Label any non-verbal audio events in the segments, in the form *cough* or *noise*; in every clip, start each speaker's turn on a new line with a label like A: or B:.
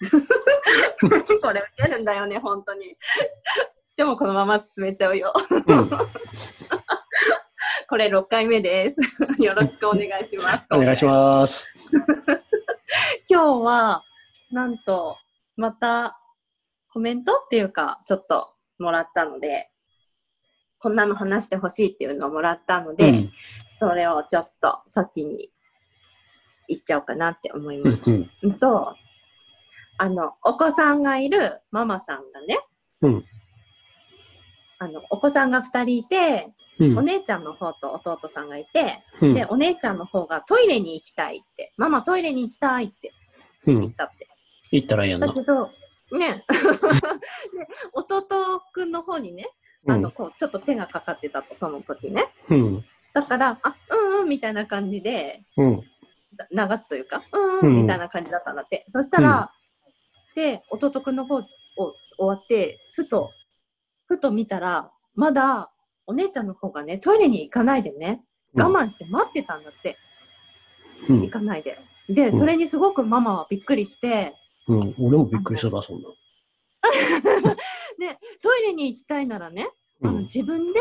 A: *laughs* これ受けるんだよね、本当に。でもこのまま進めちゃうよ。
B: うん、
A: これ6回目です。 *laughs* よろしくお願いします。
B: お願いします。
A: 今日は、なんと、またコメントっていうか、ちょっともらったので、こんなの話してほしいっていうのをもらったので、
B: うん
A: それをちょっと先に言っちゃおうかなって思い
B: うん
A: ます。
B: うん
A: うんと、あの、お子さんがいるママさんがね、
B: うん
A: あの、お子さんが2人いて、
B: うん
A: お姉ちゃんの方と弟さんがいて、
B: うん
A: で、お姉ちゃんの方がトイレに行きたいって、ママトイレに行きたいって
B: う
A: 言っ
B: ん
A: たって。
B: 行ったらええやん
A: だ
B: な。
A: けど、ね、 *laughs* で弟くんの方にね、あの、こう、ちょっと手がかかってたと、その時ね。
B: うん
A: だから、あ、うんうんみたいな感じで、
B: うん
A: だ流すというか、うんうん
B: うん
A: みたいな感じだったんだって。そしたら、で、弟くんの方を終わって、ふと、ふと見たら、まだお姉ちゃんの方がね、トイレに行かないでね、我慢して待ってたんだって、
B: うん
A: 行かないで。で、それにすごくママはびっくりして、
B: うんうん俺もびっくりしたな、そんな。
A: トイレに行きたいならね、
B: う
A: あの
B: ん
A: 自分で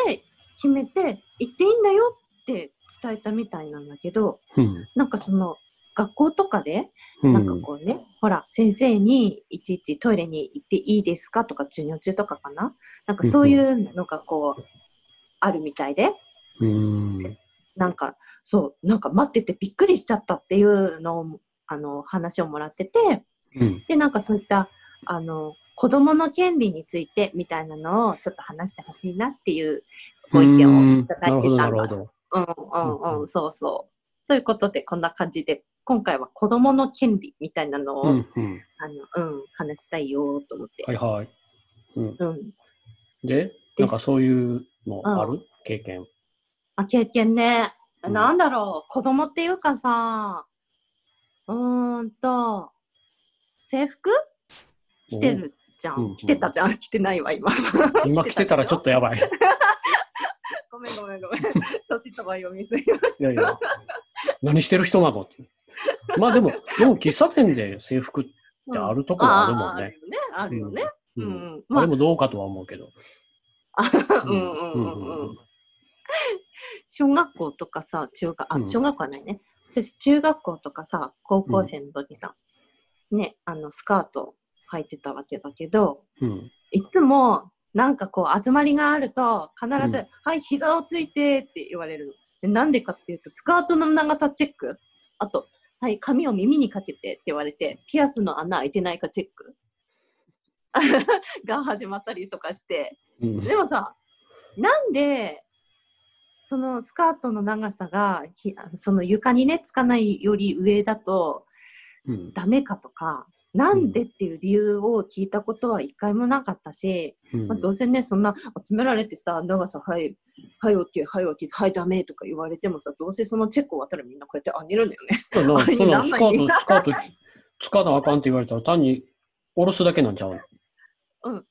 A: 決めて行っていいんだよって伝えたみたいなんだけど、
B: うん
A: なんかその、学校とかで、
B: う
A: なんか
B: ん
A: こうね、ほら、先生にいちいちトイレに行っていいですかとか、授乳中とかかななんかそういうのがこう、あるみたいで、
B: うん
A: なんか、そう、なんか待っててびっくりしちゃったっていうのを、あの、話をもらってて、
B: うん
A: で、なんかそういった、あの、子供の権利についてみたいなのをちょっと話してほしいなっていうご意見をいただいて
B: うん
A: た
B: なる
A: の
B: ほど、なるほ。ど。
A: うんうんうん、そうそう。ということで、こんな感じで、今回は子供の権利みたいなのを、
B: うんうん
A: あの、うん、話したいよーと思って。
B: はいはい。うん
A: うん。
B: で、なんかそういうのある経験。
A: あ、経験ね。
B: うん
A: なんだろう、子供っていうかさ、うーんと、制服着てるじゃ
B: うんうん
A: ん。着てたじゃん。着 *laughs* てないわ、今。 *laughs*
B: 今来てたらちょっ
A: と。
B: とやばい。い
A: ごめんごめんごめん。 *laughs* 年そば読みすぎました。
B: やいや。何してる人なのって。まあでも、でも喫茶店で制服って
A: うん
B: あるところあるも
A: *laughs* あー
B: ん
A: あ
B: ね。
A: るよね。あるよね。
B: う。
A: うんん。
B: あ
A: ま
B: れもどうかとは思うけど。
A: あ、うんうんうんうん。小学校とかさ中学あ
B: うん
A: 小学校はないね、私中学校とかさ高校生の時さ、ねあのスカート履いてたわけだけど
B: うん。
A: いつもなんかこう集まりがあると必ず「
B: うん
A: はい膝をついて」って言われるのでなんでかっていうとスカートの長さチェックあと「はい髪を耳にかけて」って言われてピアスの穴開いてないかチェック *laughs* が始まったりとかして
B: うん。
A: でもさ、なんで、そのスカートの長さがひあのその床にね、つかないより上だと
B: うん。
A: ダメかとか、なんでっていう理由を聞いたことは一回もなかったし、
B: うん
A: まあ、どうせね、そんな集められてさ、長さ、はい、はい、OK、はい、OK、はい、ダメとか言われてもさ、どうせそのチェック終わったらみんなこうやってあげるんだよね。
B: そうやな
A: あれ
B: そうな
A: なん
B: ス
A: な
B: カ
A: い
B: ート、スカート、つかなあかんって言われたら単に下ろすだけなんちゃうの
A: うん。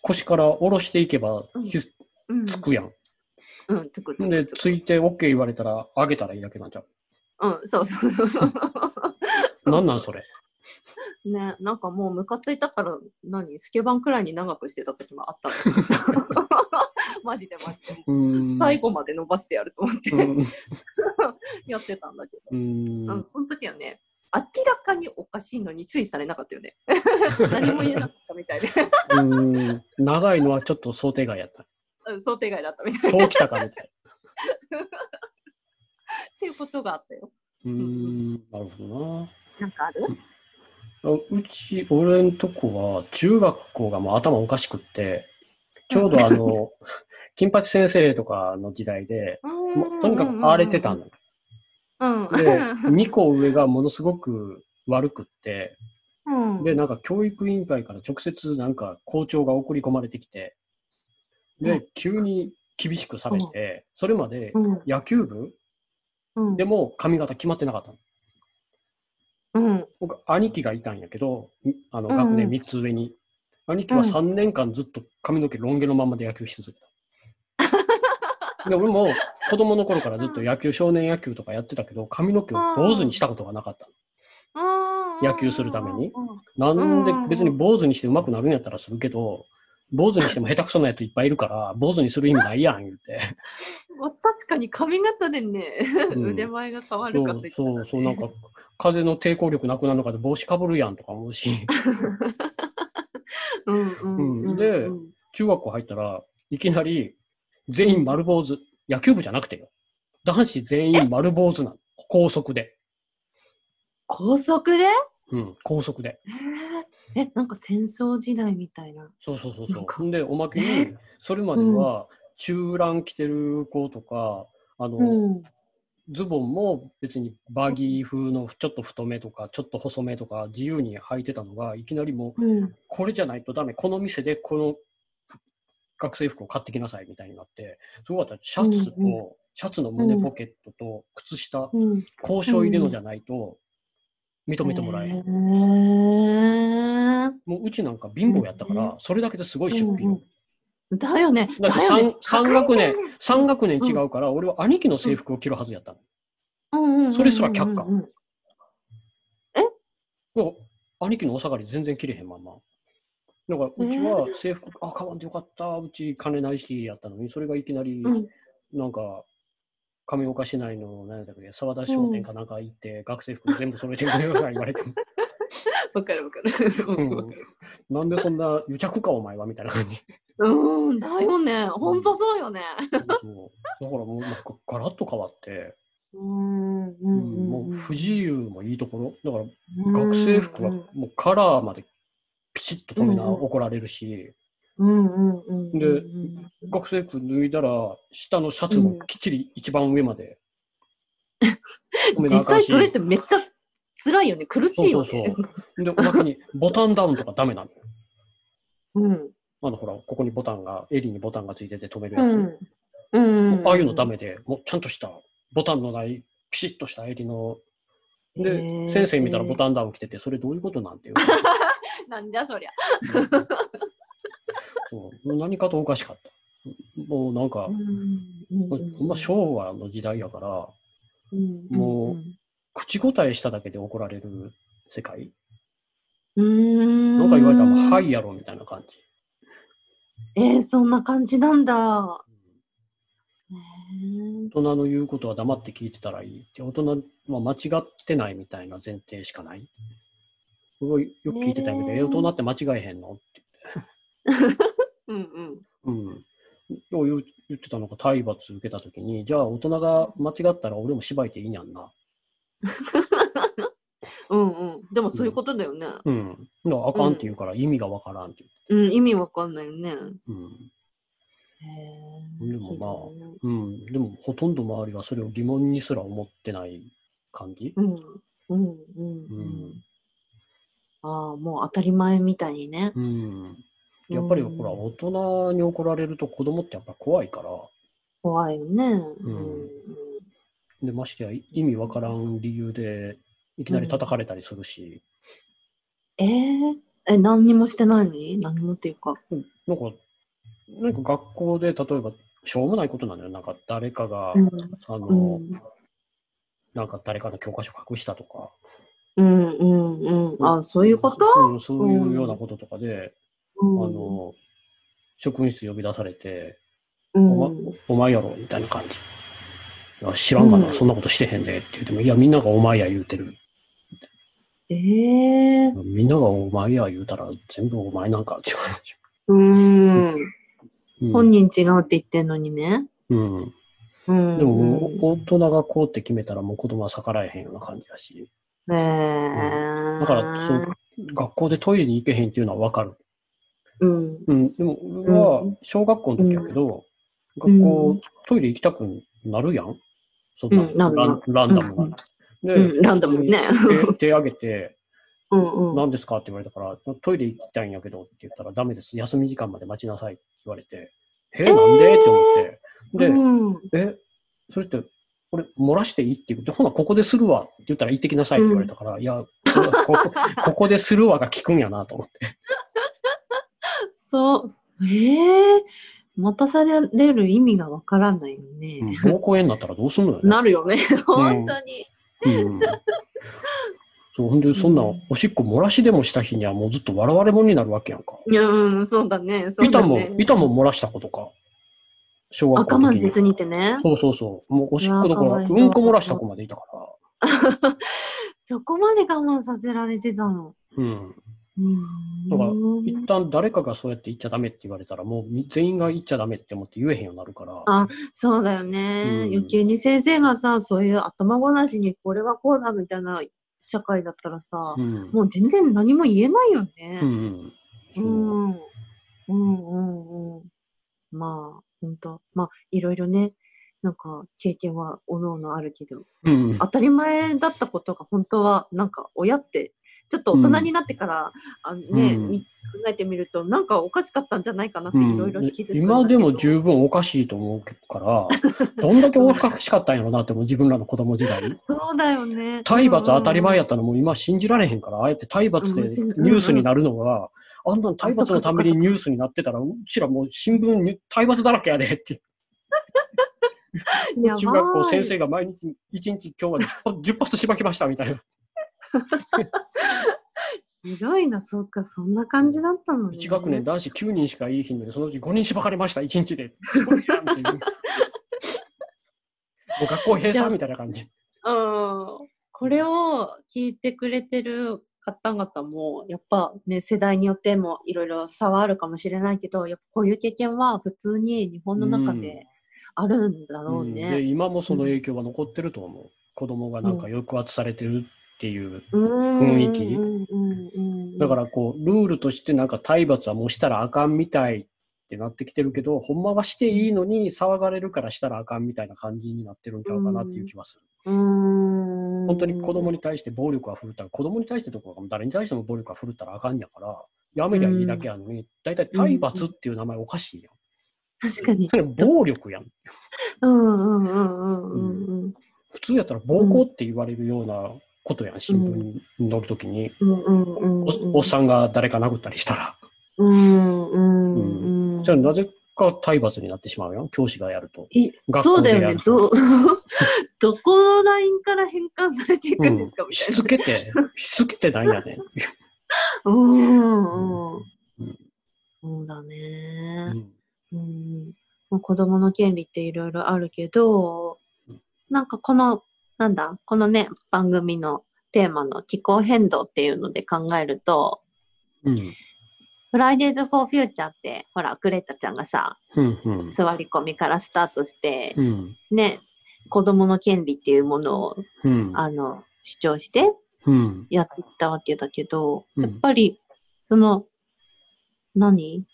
B: 腰から下ろしていけばひゅ
A: うん、
B: つくやん。
A: うん、つくつ
B: で、
A: くつく。
B: ついて OK 言われたら上げたらいいだけなんちゃ
A: うん、そうそうそうそう。
B: うなんなんそれ。
A: ね、なんかもうムカついたから何スケバンくらいに長くしてた時もあったんだけどさ *laughs* マジでマジで
B: うーん。
A: 最後まで伸ばしてやると思って、
B: うん。
A: やってたんだけど、
B: う
A: うんん、その時はね明らかにおかしいのに注意されなかった
B: *laughs*
A: よね何も言えなかったみたいで、 *laughs*
B: うん長いのはちょっと想定外やった。
A: うん、想定外だったみたい
B: そうきたかみたい
A: っていうことがあったよ
B: な。うーん。なるほどな。
A: なんかある
B: あうち、俺んとこは、中学校がもう頭おかしくって、ちょうどあの、 *laughs* 金八先生とかの時代で、もうとにかく荒れてたの。
A: うん
B: で、2個上がものすごく悪くって、
A: うん
B: で、なんか教育委員会から直接なんか校長が送り込まれてきて、
A: う
B: で
A: ん、
B: 急に厳しくされて、それまで
A: うん
B: 野球部
A: うん
B: でも髪型決まってなかったの。
A: うん
B: 僕、兄貴がいたんやけど、んあの
A: うんうん
B: 学年3つ上に。兄貴は
A: うん
B: 3年間ずっと髪の毛ロン毛のままで野球し続けた。で、俺も子供の頃からずっと野球、少年野球とかやってたけど、髪の毛を坊主にしたことがなかった。
A: うん
B: 野球するために
A: うんうんうん
B: なんで別に坊主にして上手くなるんやったらするけど、坊主にしても下手くそなやついっぱいいるから、坊主にする意味ないやん、言うて。
A: ま確かに髪型でね、
B: うん
A: 腕前が変わ
B: そ
A: るかと
B: う
A: いったらね
B: そう、そう、なんか、風の抵抗力なくなるのかで帽子かぶるやんとか思うし、
A: うんうんうんうん、
B: で
A: うん
B: 中学校入ったらいきなり全員丸坊主、野球部じゃなくてよ。男子全員丸坊主なの。高速で。
A: 高速で
B: うん、高速で。
A: えなんか戦争時代みたいな。
B: そうそうそう
A: なん
B: そ
A: か
B: う。で、おまけに、それまでは中乱着てる子とか、あの、
A: うん、
B: ズボンも別にバギー風のちょっと太めとかちょっと細めとか自由に履いてたのがいきなりもう
A: うん、
B: これじゃないとダメこの店でこの学生服を買ってきなさいみたいになってすごかったシャツと、
A: うん
B: シャツの胸ポケットと靴下
A: うん。
B: 交渉入れのじゃないと認めてもらえへん、
A: へー
B: もううちなんか貧乏やったからそれだけですごい出費よ、
A: だよね。
B: だって
A: よね
B: 3,
A: 高い
B: 学年
A: ね
B: 3学年違うから俺は兄貴の制服を着るはずやったの
A: うんうんうんうんうん
B: それすら却下
A: うんうん
B: だから兄貴のお下がり全然切れへんまんま。だからうちは制服、あ、買わんでよかった、うち金ないしやったのに、それがいきなり、
A: うん
B: なんか、亀岡市内の、何だっけ、沢田商店かなんか行って、学生服全部揃えてくれよさい言われて、
A: わかるわかる。
B: うん
A: わかる
B: *laughs* なんでそんな癒着か、お前は、みたいな感じ。
A: うん、だよね。ほんとそうよね。
B: そうだからもう、なんかガラッと変わって、
A: うんうん
B: う
A: うんん
B: もう不自由もいいところ、だから
A: うん
B: 学生服は
A: うん
B: もうカラーまでピチッと止めな、
A: うん
B: 怒られるし、
A: うんうんうん。
B: で
A: うん
B: 学生服脱いだら、下のシャツもきっちり一番上まで。止めなあ
A: 実
B: かん
A: 際
B: し
A: それってめっちゃ辛いよね。苦しいよね。
B: そうそうで、おまけにボタンダウンとかダメなの。
A: *laughs* うん
B: あの、ほら、ここにボタンが、襟にボタンがついてて止める
A: う
B: やつ。
A: んうん。
B: ああいうのダメで、もうちゃんとした、ボタンのない、ピシッとした襟の。
A: へ
B: で、
A: ー
B: 先生見たらボタンダウン着てて、それどういうことなんていう。
A: なんじゃそりゃ。
B: そう何かとおかしかった。もうなんか、ほんま昭和の時代やから、も口答えしただけで怒られる世界。
A: うん。
B: なんか言われたら、はいやろみたいな感じ。
A: えー、そんな感じなんだ。へー
B: 大人の言うことは黙って聞いてたらいいって、大人は間違ってないみたいな前提しかない。すごいよく聞いてたけど、
A: へー
B: え大人って間違えへんのって。
A: うんうん。
B: うん。よう言う言ってたのが体罰受けたときに、じゃあ大人が間違ったら俺も芝居ていいにゃんな。
A: うんうん。でもそういうことだよね。
B: うん。だからあかんって言うから意味がわからんって
A: うん、意味わかんないよね。へ
B: 言う。
A: ー
B: でも
A: ひどいね
B: うん。うん。でもほとんど周りはそれを疑問にすら思ってない感じ。
A: うんうんうん
B: う
A: うん
B: ん。
A: ああ、もう当たり前みたいにね。
B: うん。やっぱり
A: うん
B: ほら、大人に怒られると子供ってやっぱ怖いから、
A: 怖いよね。うん
B: でましてやい意味わからん理由でいきなり叩かれたりするし、
A: えー、え、何にもしてないのに何もっていうか。
B: なんか、なんか学校で例えば、しょうもないことなんだよ。なんか誰かが、
A: うん
B: あの、
A: うん
B: なんか誰かの教科書隠したとか、
A: うんうんうん。あそういうこと、
B: うん、そういうようなこととかで、
A: うん、
B: あの、職員室呼び出されて、
A: うん、
B: おまお前やろみたいな感じ。いや知らんがな、
A: うん
B: そんなことしてへんでって言っても、いや、みんながお前や言うてる。
A: ええー。
B: みんながお前や言うたら全部お前なんかって言われてし
A: うーん。
B: まううん
A: 本人違うって言ってんのにね。
B: うん。
A: うん。
B: でも、大人がこうって決めたらもう子供は逆らえへんような感じだし。
A: ねえ。
B: だから、その、学校でトイレに行けへんっていうのはわかる。
A: うん。
B: うん。でも、俺は
A: うん
B: 小学校の時やけど、
A: うん
B: 学校、トイレ行きたくなるやん。そんな、
A: うんなるな
B: ランランダムな。
A: う
B: で、
A: ん、ランダムにね。
B: 手手挙げて、
A: うんうん。
B: 何ですかって言われたから、トイレ行きたいんやけどって言ったら、ダメです。休み時間まで待ちなさいって言われて、え、なんでって思って。で、
A: うん、
B: え、それって、これ、漏らしていいって言って、ほな、ここでするわって言ったら、行ってきなさいって言われたから、いや、ここ、 *laughs* ここでするわが効くんやなと思って。
A: そう。ええ待たされる意味がわからないよ
B: う
A: ね
B: ん。
A: *laughs*
B: 膀胱炎になったらどうすんのよ、ね。
A: なるよね、本当に。
B: うん。そう、ほんで、そんな、おしっこ漏らしでもした日にはもうずっと笑われ者になるわけやんか。
A: いや、うん、そうだね。そうだ
B: 板
A: ね
B: も、板も漏らしたことか。小
A: あ
B: 学
A: 我
B: 校の
A: 慢
B: 時
A: せ
B: に。
A: ずにってね。
B: そうそうそう。もうおしっこどころ
A: うわかわ
B: か、
A: いそう
B: うんこ漏らした子までいたから。
A: そこまで我慢させられてたの。
B: うん。
A: う
B: だから
A: ー
B: 一
A: ん。
B: 旦誰かがそうやって言っちゃダメって言われたら、もう全員が言っちゃダメって思って言えへんようになるから。
A: あそうだよね、
B: うん
A: 余計に先生がさ、そういう頭ごなしにこれはこうだみたいな社会だったらさ、
B: うん。
A: もう全然何も言えないよ
B: うん
A: ね。
B: うん。
A: う。
B: そうん
A: うんうんうん。まあ、ほんと。まあ、いろいろね、なんか経験はおのおのあるけど、
B: うん。
A: 当たり前だったことが本当はなんか親ってちょっと大人になってから、あのね、
B: うん
A: み考えてみるとなんかおかしかったんじゃないかなって
B: う
A: いろいろ
B: ん
A: 気づくんだけど、
B: 今でも十分おかしいと思うから、
A: *laughs*
B: どんだけおかしかったんやろなって、もう自分らの子供時代。
A: そうだよね
B: 体罰当たり前や
A: っ
B: ったのもう今信じられへんから、あえて体罰で
A: うん信
B: ニュースになるのが、あんなん体罰のために
A: あそっかそっかそっか
B: ニュースになってたら、うちらもう新聞に体罰だらけやでって。
A: やばい
B: 中学校先生が毎日、一日今日は 10, 発しばきましたみたいな。
A: ひどいなそうかそんな感じだったのね
B: 1学年男子9人しかいい頻度で、そのうち5人しばかれました、一日で。すごいな *laughs* っていうもう学校閉鎖みたいな感じ。
A: うんこれを聞いてくれてる方々もやっぱね世代によってもいろいろ差はあるかもしれないけどやっぱこういう経験は普通に日本の中であるんだろうね、
B: うんで今もその影響は残ってると思う、子供がなんか抑圧されてるっていう、
A: 雰
B: 囲気だ
A: だ
B: からこうルールとしてなんか体罰はもうしたらあかんみたいってなってきてるけどほんまはしていいのに騒がれるからしたらあかんみたいな感じになってるんちゃうかなっていう気はする、
A: 本
B: 本当に子供に対して暴力は振るったら子供に対してとか誰に対しても暴力は振るったらあかんやからやめりゃいいだけやのに、大体体罰っていう名前おかしいやん、
A: 確かに
B: それ暴力やん
A: うんうんうんうんうんうん
B: 普通やったら暴行って言われるようなことやん、新聞に載るときに、
A: うんうんうんうん
B: おおっさんが誰か殴ったりしたら、
A: うんうんうん
B: じゃあなぜか体罰になってしまうよ、教師がやると。
A: い
B: 学
A: そ
B: 校
A: う *laughs* だ
B: で
A: よ
B: や
A: ね
B: る
A: どどこのラインから変換されていくんですか、
B: うん
A: み
B: した
A: い
B: つけて、しつけてないやねん。
A: なうんうん
B: うん
A: そうだね、
B: うん
A: うんまあ、子供の権利っていろいろあるけど
B: うん、
A: なんかこの、なんだ、このね、番組のテーマの気候変動っていうので考えると、
B: うん。
A: Fridays for Future って、ほら、グレタちゃんがさ、
B: うん。うん
A: 座り込みからスタートして
B: う、ん。
A: ね、子供の権利っていうものを、
B: うん。
A: あの、主張して
B: うん。
A: やってきたわけだけど、
B: うん
A: やっぱり、その、何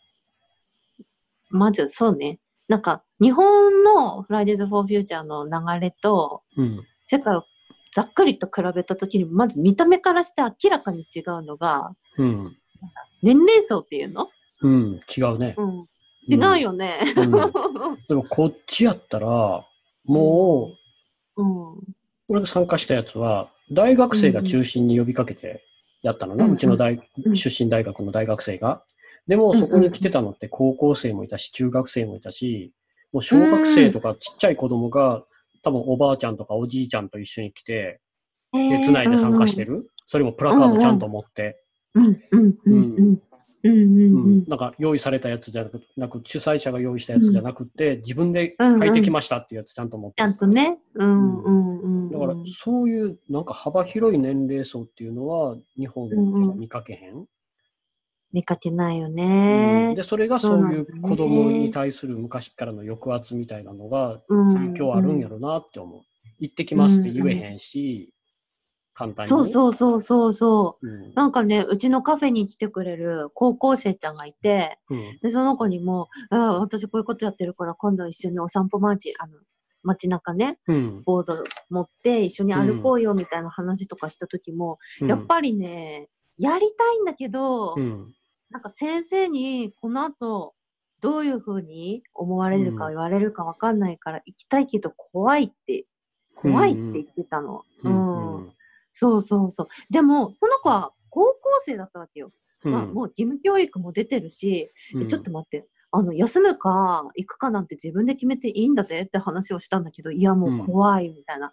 A: まず、そうね。なんか、日本の Fridays for Future の流れと、
B: うん。
A: 世界をざっくりと比べたときに、まず見た目からして明らかに違うのが、
B: うん。
A: 年齢層っていうの、
B: うん。違うね。
A: 違
B: ん
A: う。よね。
B: うんでもこっちやったら、も
A: *laughs*
B: う、
A: うん。
B: 俺が参加したやつは、大学生が中心に呼びかけてやったのな、う
A: うん
B: ちの大
A: うん
B: 出身大学の大学生が。でも、そこに来てたのって高校生もいたし、中学生もいたし、もう小学生とかちっちゃい子供が、多分おばあちゃんとかおじいちゃんと一緒に来て、で、つないで参加して
A: る。
B: る。それもプラカードちゃんと持って、
A: うんうんうんうん。うんうん
B: う
A: うんん。
B: なんか用意されたやつじゃなくなく、主催者が用意したやつじゃなくて、自分で書いてきましたっていうやつちゃんと持っ
A: ち
B: て
A: ゃんとね。うんうんうん。
B: だからそういうなんか幅広い年齢層っていうのは日本では見かけへん、
A: 見かけないよ
B: うん
A: ね。
B: でそれがそうい
A: そうなんだ
B: う
A: ね
B: 子供に対する昔からの抑圧みたいなのが
A: うん
B: 影響あるんやろなって思う行ってきますって言えへんし、簡単に
A: そう
B: う、
A: そうそうそうそう。
B: うん
A: なんかね、うちのカフェに来てくれる高校生ちゃんがいて、
B: うん
A: で、その子にも、あ私こういうことやってるから、今度一緒にお散歩街、あの、街中ね、
B: うん
A: ボード持って一緒に歩こうよみたいな話とかした時も、
B: うん、
A: やっぱりね、やりたいんだけど、
B: うん
A: なんか先生にこの後、どういうふうに思われる
B: う
A: か
B: ん
A: 言われるかわかんないから、行きたいけど怖いって、怖いって言ってたの。
B: う
A: うん
B: ん
A: そうそうそう。でも、その子は高校生だったわけよ。
B: うん
A: まあ、もう義務教育も出てるし、
B: う
A: え
B: ん
A: ちょっと待って、あの、休むか、行くかなんて自分で決めていいんだぜって話をしたんだけど、いや、もう怖いみたいな。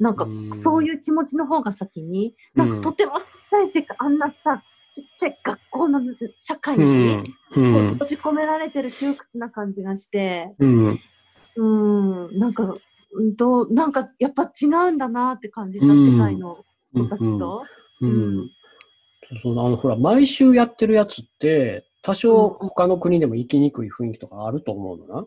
A: なんか、
B: うん
A: そういう気持ちの方が先に、なんか
B: うん
A: とてもちっちゃい世界、あんなさ、ちっちゃい学校の社会
B: う
A: に、
B: ん。う。
A: こうん閉じ込められてる窮屈な感じがして、
B: うん。
A: うん、なんか、うんと、なんかやっぱ違うんだなって感じた世界の子たちと。
B: うん。
A: うん
B: うんそうそうあの、ほら、毎週やってるやつって、多少他の国でも行きにくい雰囲気とかあると思うのな。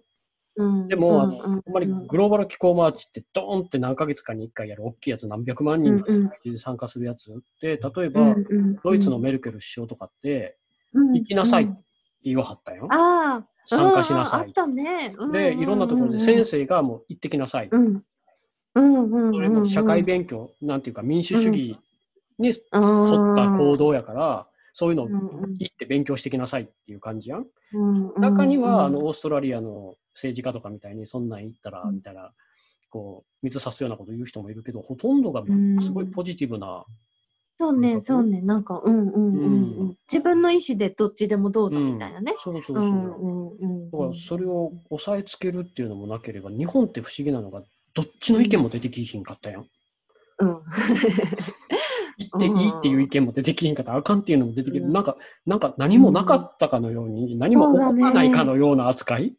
A: うん
B: でも、あ
A: うん
B: の、あんまりグローバル気候マーチって、ドーンって何ヶ月かに1回やる大きいやつ、何百万人が
A: うんうん
B: 参加するやつって、例え
A: うん
B: ば、
A: うん
B: ドイツのメルケル首相とかって、
A: うん
B: 行きなさい
A: うん
B: って言わはったよ。
A: ああ、
B: 参加しなさ
A: うんうんあ
B: い
A: っ。たね。うん
B: で、いろんなところで先生がもう行ってきなさい。
A: うんうんうんうんうん
B: それも社会勉強、なんていうか民主主義に沿った行動やから、そういうのを行って勉強してきなさいっていう感じやん。
A: うんうん
B: 中には、あの、オーストラリアの政治家とかみたいに、そんなん行ったら、みたいな、こう、水差すようなこと言う人もいるけど、ほとんどが
A: うん
B: すごいポジティブな、
A: そうね、そうね、なんか、うんうんうんう
B: うん
A: ん。自分の意思でどっちでもどうぞ
B: うん
A: みたいなね。
B: そうそう
A: う
B: そうん
A: うんうん
B: だからそれを抑えつけるっていうのもなければ、日本って不思議なのが、どっちの意見も出てきひんかったやん。
A: うん。 *laughs*
B: 行っていいっていう意見も出てきひんかった、あかんっていうのも出てきて、
A: うん
B: なんか、なんか何もなかったかのように、何も起こらないかのような扱い、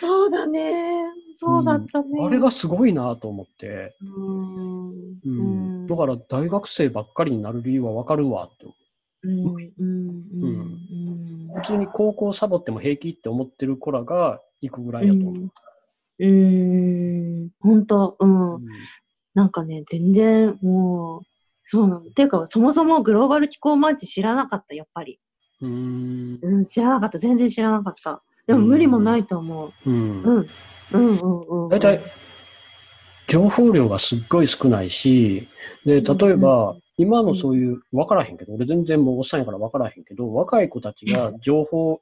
A: そうだね。そうだったね。
B: あれがすごいなと思って、
A: うん、う
B: うん
A: ん。
B: だから大学生ばっかりになる理由はわかるわって思
A: うんうんうんうん
B: う。普通に高校サボっても平気って思ってる子らが行くぐらいやと思う。
A: うん。本当、うん。なんかね、全然もう、そうなの。っていうか、そもそもグローバル気候マーチ知らなかった、やっぱり。
B: うん。
A: うん、知らなかった。全然知らなかった。でも無理もないと思う。
B: うん
A: うん。うんうんうん。
B: 大体、情報量がすっごい少ないし、で、例え
A: う
B: ば
A: ん、
B: 今のそういう、わからへんけど、俺全然もうおっさんやからわからへんけど、若い子たちが情報を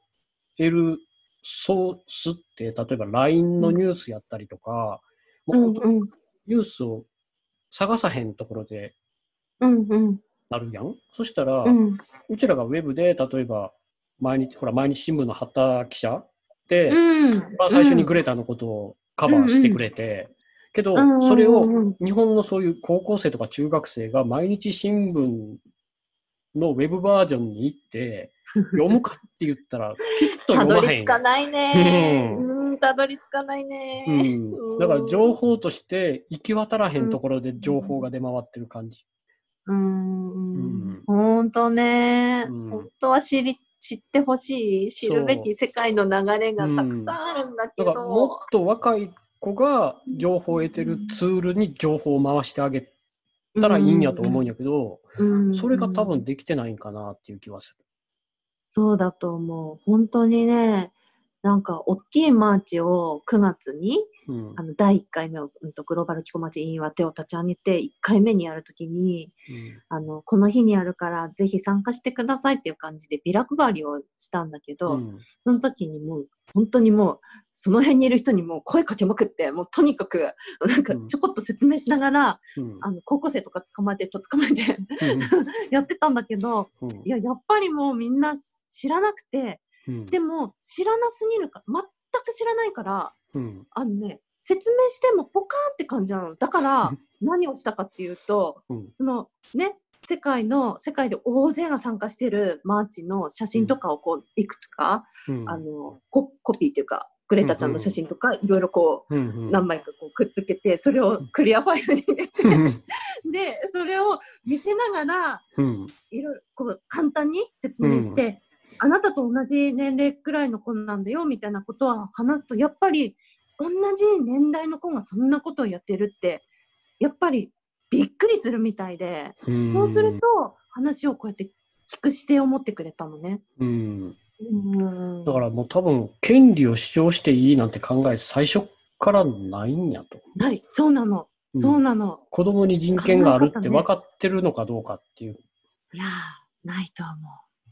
B: 得るソースって、例えば LINE のニュースやったりとか、
A: う
B: もうん本
A: うん。
B: 当にニュースを探さへんところで
A: うんうん。
B: なるやん。そしたら、
A: うん。
B: うちらがウェブで、例えば、毎日、ほら、毎日新聞の畑記者で、
A: うん。
B: まあ最初にグレタのことをカバーしてくれて、けど、それを
A: うんうん
B: 日本のそういう高校生とか中学生が毎日新聞のウェブバージョンに
A: *laughs*
B: 行って、読むかって言ったら、きっ
A: た
B: と
A: ど
B: 読ま
A: り
B: へん
A: 着。かないね。
B: う
A: うん、たどり着かないね
B: う。ん、だから情報として行き渡らへんところで情報が出回ってる感
A: う
B: じ。
A: ん
B: うん
A: ほんとね。
B: うん
A: 本当は知り、知ってほしい、知るべき世界の流れがたくさんあるんだけ
B: だからも
A: ど。
B: っと若い子が情報を得てるツールに情報を回してあげたらいいんやと思うんやけど、
A: うん
B: それが多分できてないんかなっていう気はする。
A: そうだと思う。本当にね、なんか、大きいマーチを9月に、
B: うん
A: あの、第1回目を、うんと、グローバル気候マーチ委員は手を立ち上げて、1回目にやるときに、
B: うん
A: あの、この日にやるから、ぜひ参加してくださいっていう感じで、ビラ配りをしたんだけど、
B: うん
A: その時にもう、本当にもう、その辺にいる人にもう声かけまくって、もうとにかく、なんか
B: うん
A: ちょこっと説明しながら、
B: うん
A: あの、高校生とか捕まえて、と捕まえて *laughs* やってたんだけど、
B: うん
A: いや、やっぱりもうみんな知らなくて、
B: うん
A: でも、知らなすぎるか、全く知らないから、
B: うん
A: あのね、説明してもポカーンって感じなの。だ
B: *laughs*
A: から
B: うん、
A: 何をしたかっていうと、
B: うん
A: そのね、世界の、世界で大勢が参加してるマーチの写真とかをこう、いくつか、
B: うん
A: あのココピーというかグレタちゃんの写真とかいろいろこう
B: うんうん
A: 何枚かこうくっつけてそれをクリアファイルに *laughs* 入れて
B: うん
A: でそれを見せながら
B: うん
A: いろいろこう簡単に説明して、あなたと同じ年齢くらいの子なんだよみたいなことは話すとやっぱり同じ年代の子がそんなことをやってるってやっぱりびっくりするみたいで、
B: うん
A: そうすると話をこうやって聞く姿勢を持ってくれたのね。
B: うん
A: うん
B: だからもう多分権利を主張していいなんて考え最初からないんやと
A: ない、そうなの。
B: うん
A: そうなの。
B: 子供に人権があるっ
A: 考え
B: て
A: 方ね
B: 分かってるのかどうかっていう
A: いやー、ないと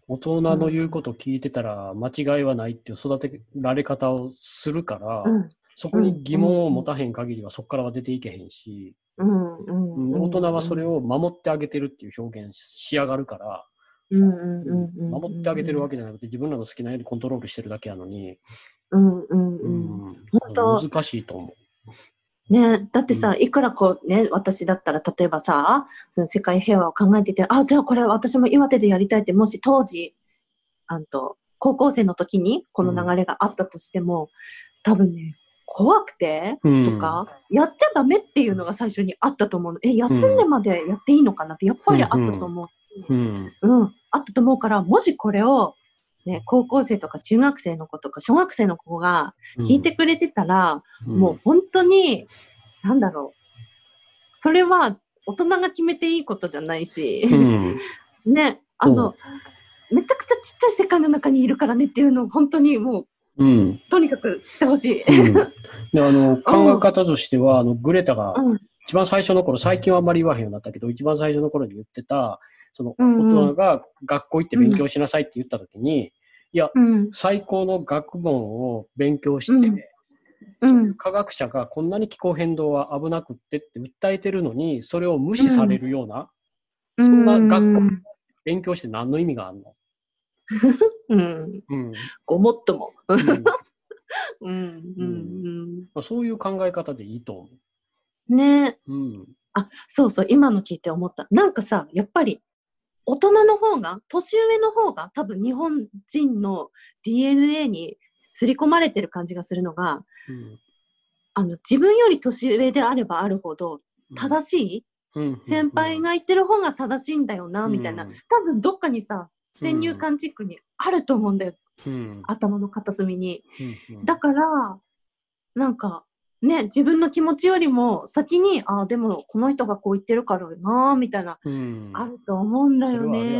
A: 思
B: 大人の言うこと聞いてたら間違いはないっていう育てられ方をするから、
A: う。うん。
B: そこに疑問を持たへん限りはそこからは出ていけへんし、
A: うんうん、
B: うん大人はそれ
A: を。
B: を守ってあげてるっていう表現しやがるから、
A: うんうんうんうん。
B: 守ってあげてるわけじゃなくて、自分らの好きなようにコントロールしてるだけやのに、
A: うんうんうん。
B: うん
A: 本当
B: 難しいと思う。
A: ねだってさ、いくらこうね、私だったら例えばさ、その世界平和を考えてて、あ、じゃあこれ私も岩手でやりたいって、もし当時、あんと、高校生の時にこの流れがあったとしても、多分ね、怖くて、
B: うん
A: とか、やっちゃダメっていうのが最初にあったと思うの。え、休んでまでやっていいのかなって、やっぱりあったと思う。
B: うん。
A: うん、あったと思うから、もしこれを、ね、高校生とか中学生の子とか小学生の子が聞いてくれてたら、
B: うん
A: もう本当に、なんだろう。それは大人が決めていいことじゃないし、
B: うん。
A: ね、あの、めちゃくちゃちっちゃい世界の中にいるからねっていうのを本当にもう、
B: うん。
A: とにかく知ってほしい。
B: うんで、あの、考え方としては、あの、グレタが、
A: うん、
B: 一番最初の頃、最近はあんまり言わへんようになったけど、一番最初の頃に言ってた、その、
A: うんうん
B: 大人が学校行って勉強しなさいって言った時に、いや、
A: うん、
B: 最高の学問を勉強して、
A: うんう、
B: そういうん科学者がこんなに気候変動は危なくってって訴えてるのに、それを無視されるような、そんな学校勉強して何の意味があるの
A: うん、
B: うん。
A: ごもっとも。
B: うんま
A: うん、うん、
B: あ、そういう考え方でいいと思
A: うん。ね
B: う。うん。
A: あ、そうそう、今の聞いて思った。なんかさ、やっぱり、大人の方が、年上の方が、多分日本人の DNA に刷り込まれてる感じがするのが、
B: うん
A: あの、自分より年上であればあるほど、
B: し
A: 正しい、先輩が言ってる方が正しいんだよな、みたいな。多分どっかにさ、先入観チックにあると思うんだよ、
B: うん
A: 頭の片隅に。
B: うん
A: だから、なんか、ね、自分の気持ちよりも先に、ああ、でもこの人がこう言ってるからな、みたいな
B: うん
A: あると思うんだよ
B: それ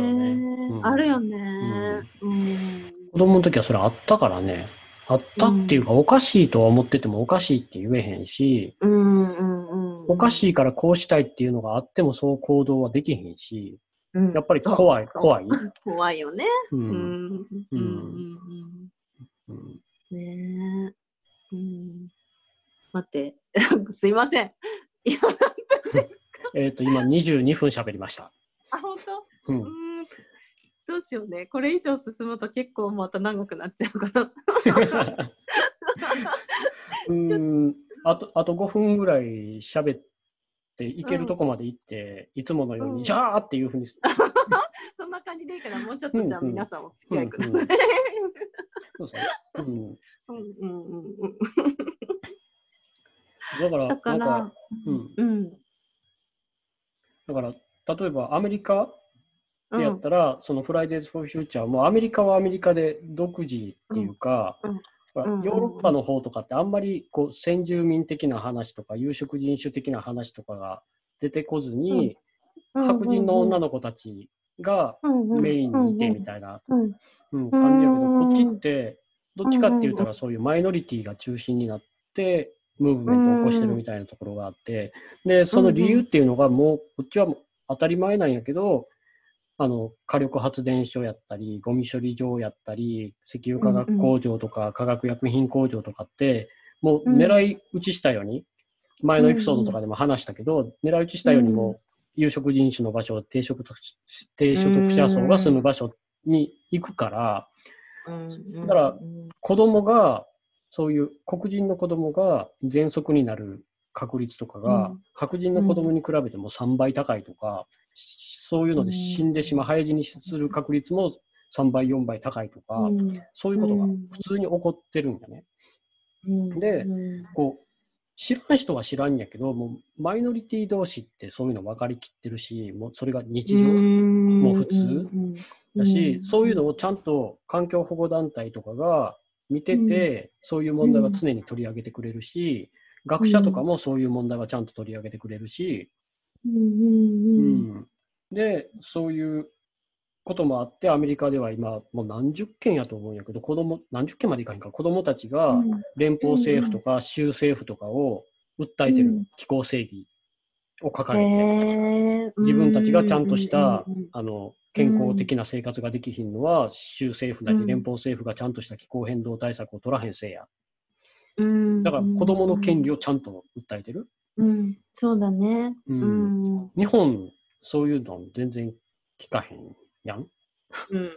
B: はあるやろねう
A: ね。
B: ん
A: あるよね。うん。
B: 子供の時はそれあったからね。あったっていうか、おかしいとは思っててもおかしいって言えへんし、
A: うんうんうん。
B: おか
A: い。
B: しいからこうしたいっていうのがあってもそう行動はできへんし、
A: うん
B: やっぱり
A: そう
B: 怖い、
A: そう *laughs*
B: 怖い。
A: 怖いよね。
B: う。
A: うんん。うん
B: う
A: うんん
B: うん
A: うん。ねえ。うん。待って。 *laughs* すいません。 *laughs* 今、
B: えっと、今22分喋りました。
A: あ、本
B: う。
A: 当うんん。どうしようね。これ以上進むと結構また長くなっ *laughs* *laughs* ちゃうから。
B: うん。あと、あと5分ぐらい喋って、いけるとこまで行って、いつものよう
A: うん
B: に、じゃーっていうふうに、
A: そんな感じでいいから、もうちょっとじゃあ
B: うんうん
A: 皆さんお付き合いください。
B: そうそううん。
A: うんうんうんうん。
B: だから、
A: だか
B: なん
A: ら
B: か、、うん
A: うん。
B: だから、例えばアメリカ
A: う
B: でやっ
A: ん。
B: たら、そのフライデーズ・フォー・フューチャーもアメリカはアメリカで独自っていうか、
A: うんうん
B: ほら
A: うんうん
B: ヨーロッパの方とかってあんまりこう先住民的な話とか有色人種的な話とかが出てこずに、白人の女の子たちがメインにいてみ
A: い
B: たいな、
A: な。うん
B: うん、感じやけど、
A: うん
B: こっちってどっちかって言っ
A: う
B: た
A: んう
B: らそういうマイノリティが中心になってムーブメントを起こしてるみたいなところがあって、でその理由っていうのがもうこっちはもう当たり前なんやけどあの火力発電所やったりゴミ処理場やったり石油化学工場とか化学薬品工場とかってもう狙い撃ちしたように前のエピソードとかでも話したけど狙い撃ちしたようにもう有色人種の場所低所得低所得者層が住む場所に行くから、だから子供が、そういう黒人の子供が喘息になる確率とかが、
A: うん
B: 白人の子供に比べても3倍高いとか、しそういうので死んでしまう、早死にする確率も3倍、4倍高いとか、そういうことが
A: うん
B: 普通に起こってるんだね。で
A: で、
B: こう知らん人は知らんやけど、もうマイノリティ同士ってそういうの分かりきってるし、もうそれが日常
A: も
B: う普通だし、そういうの
A: を
B: をちゃんと環境保護団体とかが見てて、そういう問題は常に取り上げてくれるし、学者とかもそういう問題はちゃんと取り上げてくれるし、うんで、そういうこともあって、アメリカでは今、もう何十件やと思うんやけど、子供何十件までいかへんから、子供たちが連邦政府とか州政府とかを訴えて
A: う
B: る
A: ん、
B: 気候正義を抱えて。自分たちがちゃんとしたあの健康的な生活ができひんのは、州政府な
A: う
B: り
A: ん
B: 連邦政府がちゃんとした気候変動対策を取らへんせいや。だ
A: だ
B: から子供の権利
A: を
B: をちゃんと訴えてる。
A: そうだね
B: う
A: うんん
B: 日本、そういうの全然聞かへんやん。
A: うん、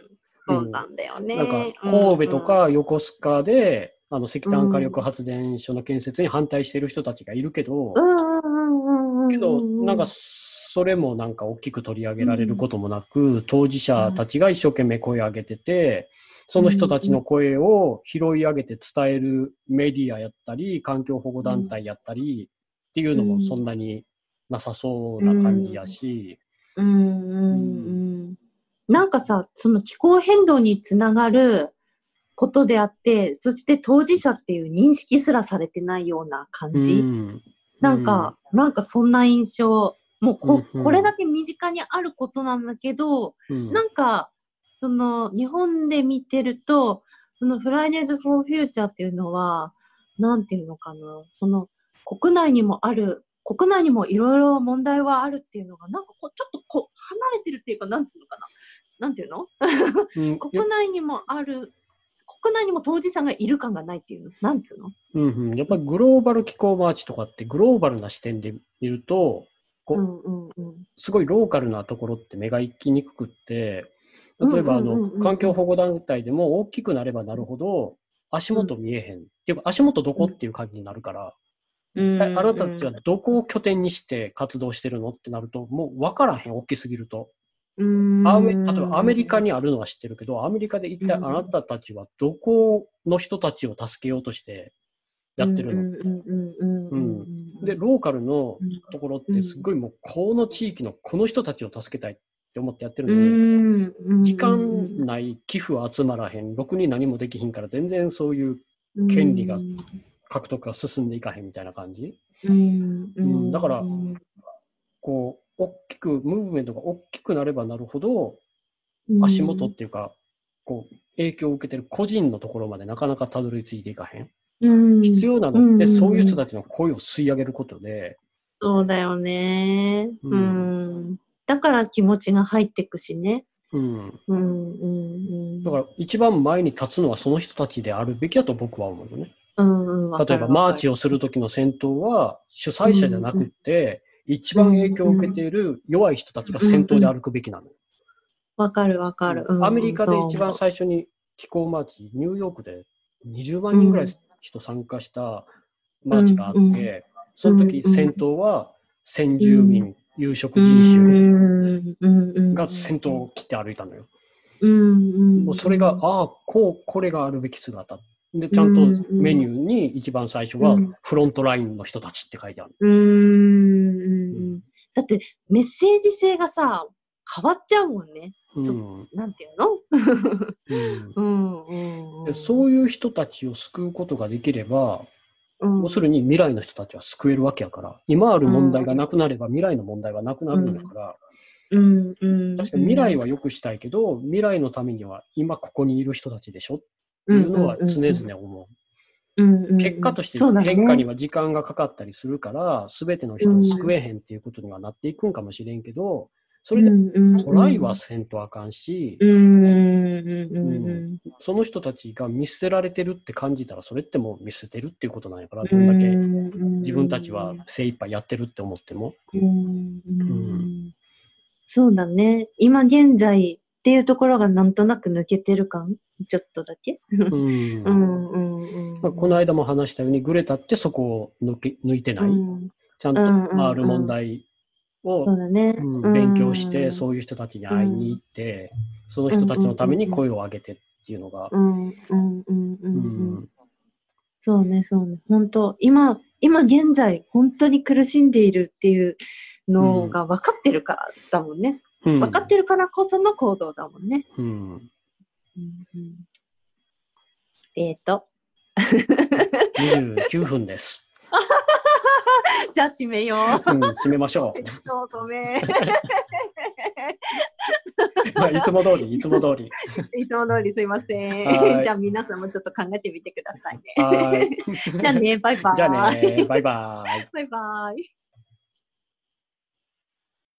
A: そうなんだよね。
B: なんか神戸と
A: うんうん、
B: か横須賀で、あの石炭火力発電所の建設に反対してる人たちがいるけど、
A: うんうんうんうんうんうん、
B: けどなんかそれもなんか大きく取り上げられることもなく、当事者たちが一生懸命声を上げててその人たちの声を拾い上げて伝えるメディアやったり環境保護団体やったりっていうのもそんなになさそうな感じやし、
A: うんうんうん、なんかさその気候変動につながることであってそして当事者っていう認識すらされてないような感じ、
B: うん
A: なんか、なんかそんな印象もうこ,、
B: うんうん
A: これだけ身近にあることなんだけど
B: うん
A: なんかその日本で見てるとそのフライデーズ・フォー・フューチャーっていうのはなんていうのかなその国内にもある国内にもいろいろ問題はあるっていうのがなんかこうちょっとこう離れてるっていうかなんつうのかななんていうの
B: うん
A: 国内にもある国内にも当事者がいる感がないっていうのなんつうの
B: うんうん、やっぱりグローバル気候マーチとかってグローバルな視点で見るとこう
A: うんうんうん
B: すごいローカルなところって目が行きにくくって例えばあ
A: うんうんうん
B: の
A: うん
B: 環境保護団体でも大きくなればなるほど足元見えへん、っていうか足元どこっていう感じになるから、
A: うん
B: あなたたちはどこを拠点にして活動してるのってなるともう分からへん大きすぎるとアメ例えばアメリカにあるのは知ってるけどアメリカで一体あ
A: うん
B: なたたちはどこの人たちを助けようとしてやってるの、
A: の
B: でローカルの
A: うん
B: ところってすっごいもうこの地域のこの人たちを助けたいって思ってやってる
A: う
B: のに、
A: んうん
B: 時間ない、寄付集まらへん、ろくに何もできひんから、全然そういう権利が
A: うん
B: 獲得が進んでいかへんみたいな感じ。
A: うん
B: うんだから
A: うん
B: こう、大きく、ムーブメントが大きくなればなるほど、足元っていうか、こう、影響を受けてる個人のところまでなかなかたどり着いていかへん。
A: うん
B: 必要なのって、
A: うん
B: そういう人たちの声を吸い上げることで、
A: そうだよね
B: う
A: うんんだから気持ちが入ってくしね
B: う
A: う
B: ん。
A: んうんうん
B: だから、一番前に立つのはその人たちであるべきやと僕は思うよね。
A: うんうん
B: 例えばマーチ
A: を
B: をする時の先頭は主催者じゃなくって、一番影響を受けている弱い人たちが先頭で歩くべきなの。
A: わかるわかるうん
B: アメリカで一番
A: そう
B: 最初に気候マーチ、ニューヨークで20万人ぐらい人参加したマーチがあって、
A: うんうん
B: その時
A: うんうん
B: 先頭は先住民、有色人種
A: うんうんうん
B: が先頭を切って歩いたのよ。
A: うんうん
B: もうそれが、ああ、こう、これがあるべき姿。で、ちゃんとメニューに一番最初は
A: うん
B: フロントラインの人たちって書いてある。
A: うーん。だってメッセージ性がさ、変わっちゃうもんね。そう
B: うん
A: なんていうの
B: うん
A: うんうんう
B: で
A: ん。
B: そういう人たちを救うことができれば、
A: うん、
B: 要するに未来の人たちは救えるわけやから、今ある問題がなくなれば未来の問題はなくなるんだから、
A: うんうん、
B: 確かに未来は良くしたいけど、未来のためには今ここにいる人たちでしょっていうのは常々思
A: 々
B: う。結果として
A: そうだね
B: 変化には時間がかかったりするから、全ての人を救えへんっていうことにはなっていくんかもしれんけど、それでトライはせんとあかんし、
A: うんうんうんうんうん
B: その人たちが見捨てられてるって感じたら、それってもう見捨ててるっていうことなんやから、どんだけ自分たちは精一杯やってるって思っても。
A: うんうん
B: う
A: そうだね今現在っていうところがなんとなく抜けてる感ちょっとだけ
B: うん
A: うんうんうん
B: まあこの間も話したように、グレタってそこを抜け抜いてない、
A: うん
B: ちゃんと
A: うんうんうん
B: まあある問題を、
A: そうだね、
B: うん
A: うん
B: 勉強して、そういう人たちに会いに行って、その人たちのために声を上げてっていうのが、
A: うんうんうんう
B: うん
A: うん
B: ん
A: そうねそうね本当今今現在本当に苦しんでいるっていうのが分かってるからだもんね、
B: うん
A: 分かってるからこその行動だもんね、
B: うん
A: うんうんえっ、と
B: 29分です。
A: *laughs* じゃあ締めよう
B: うん、締めましょ
A: *laughs* そうとめ
B: う。まあ *laughs* いつも通り、いつも通
A: *laughs*
B: り。
A: いつも通りすいませ
B: は
A: ん
B: い
A: じゃあ皆さんもちょっと考えてみてくださいね *laughs*
B: はーい
A: じゃあねバイバイ
B: じゃあね、バイバイ。
A: バイバイ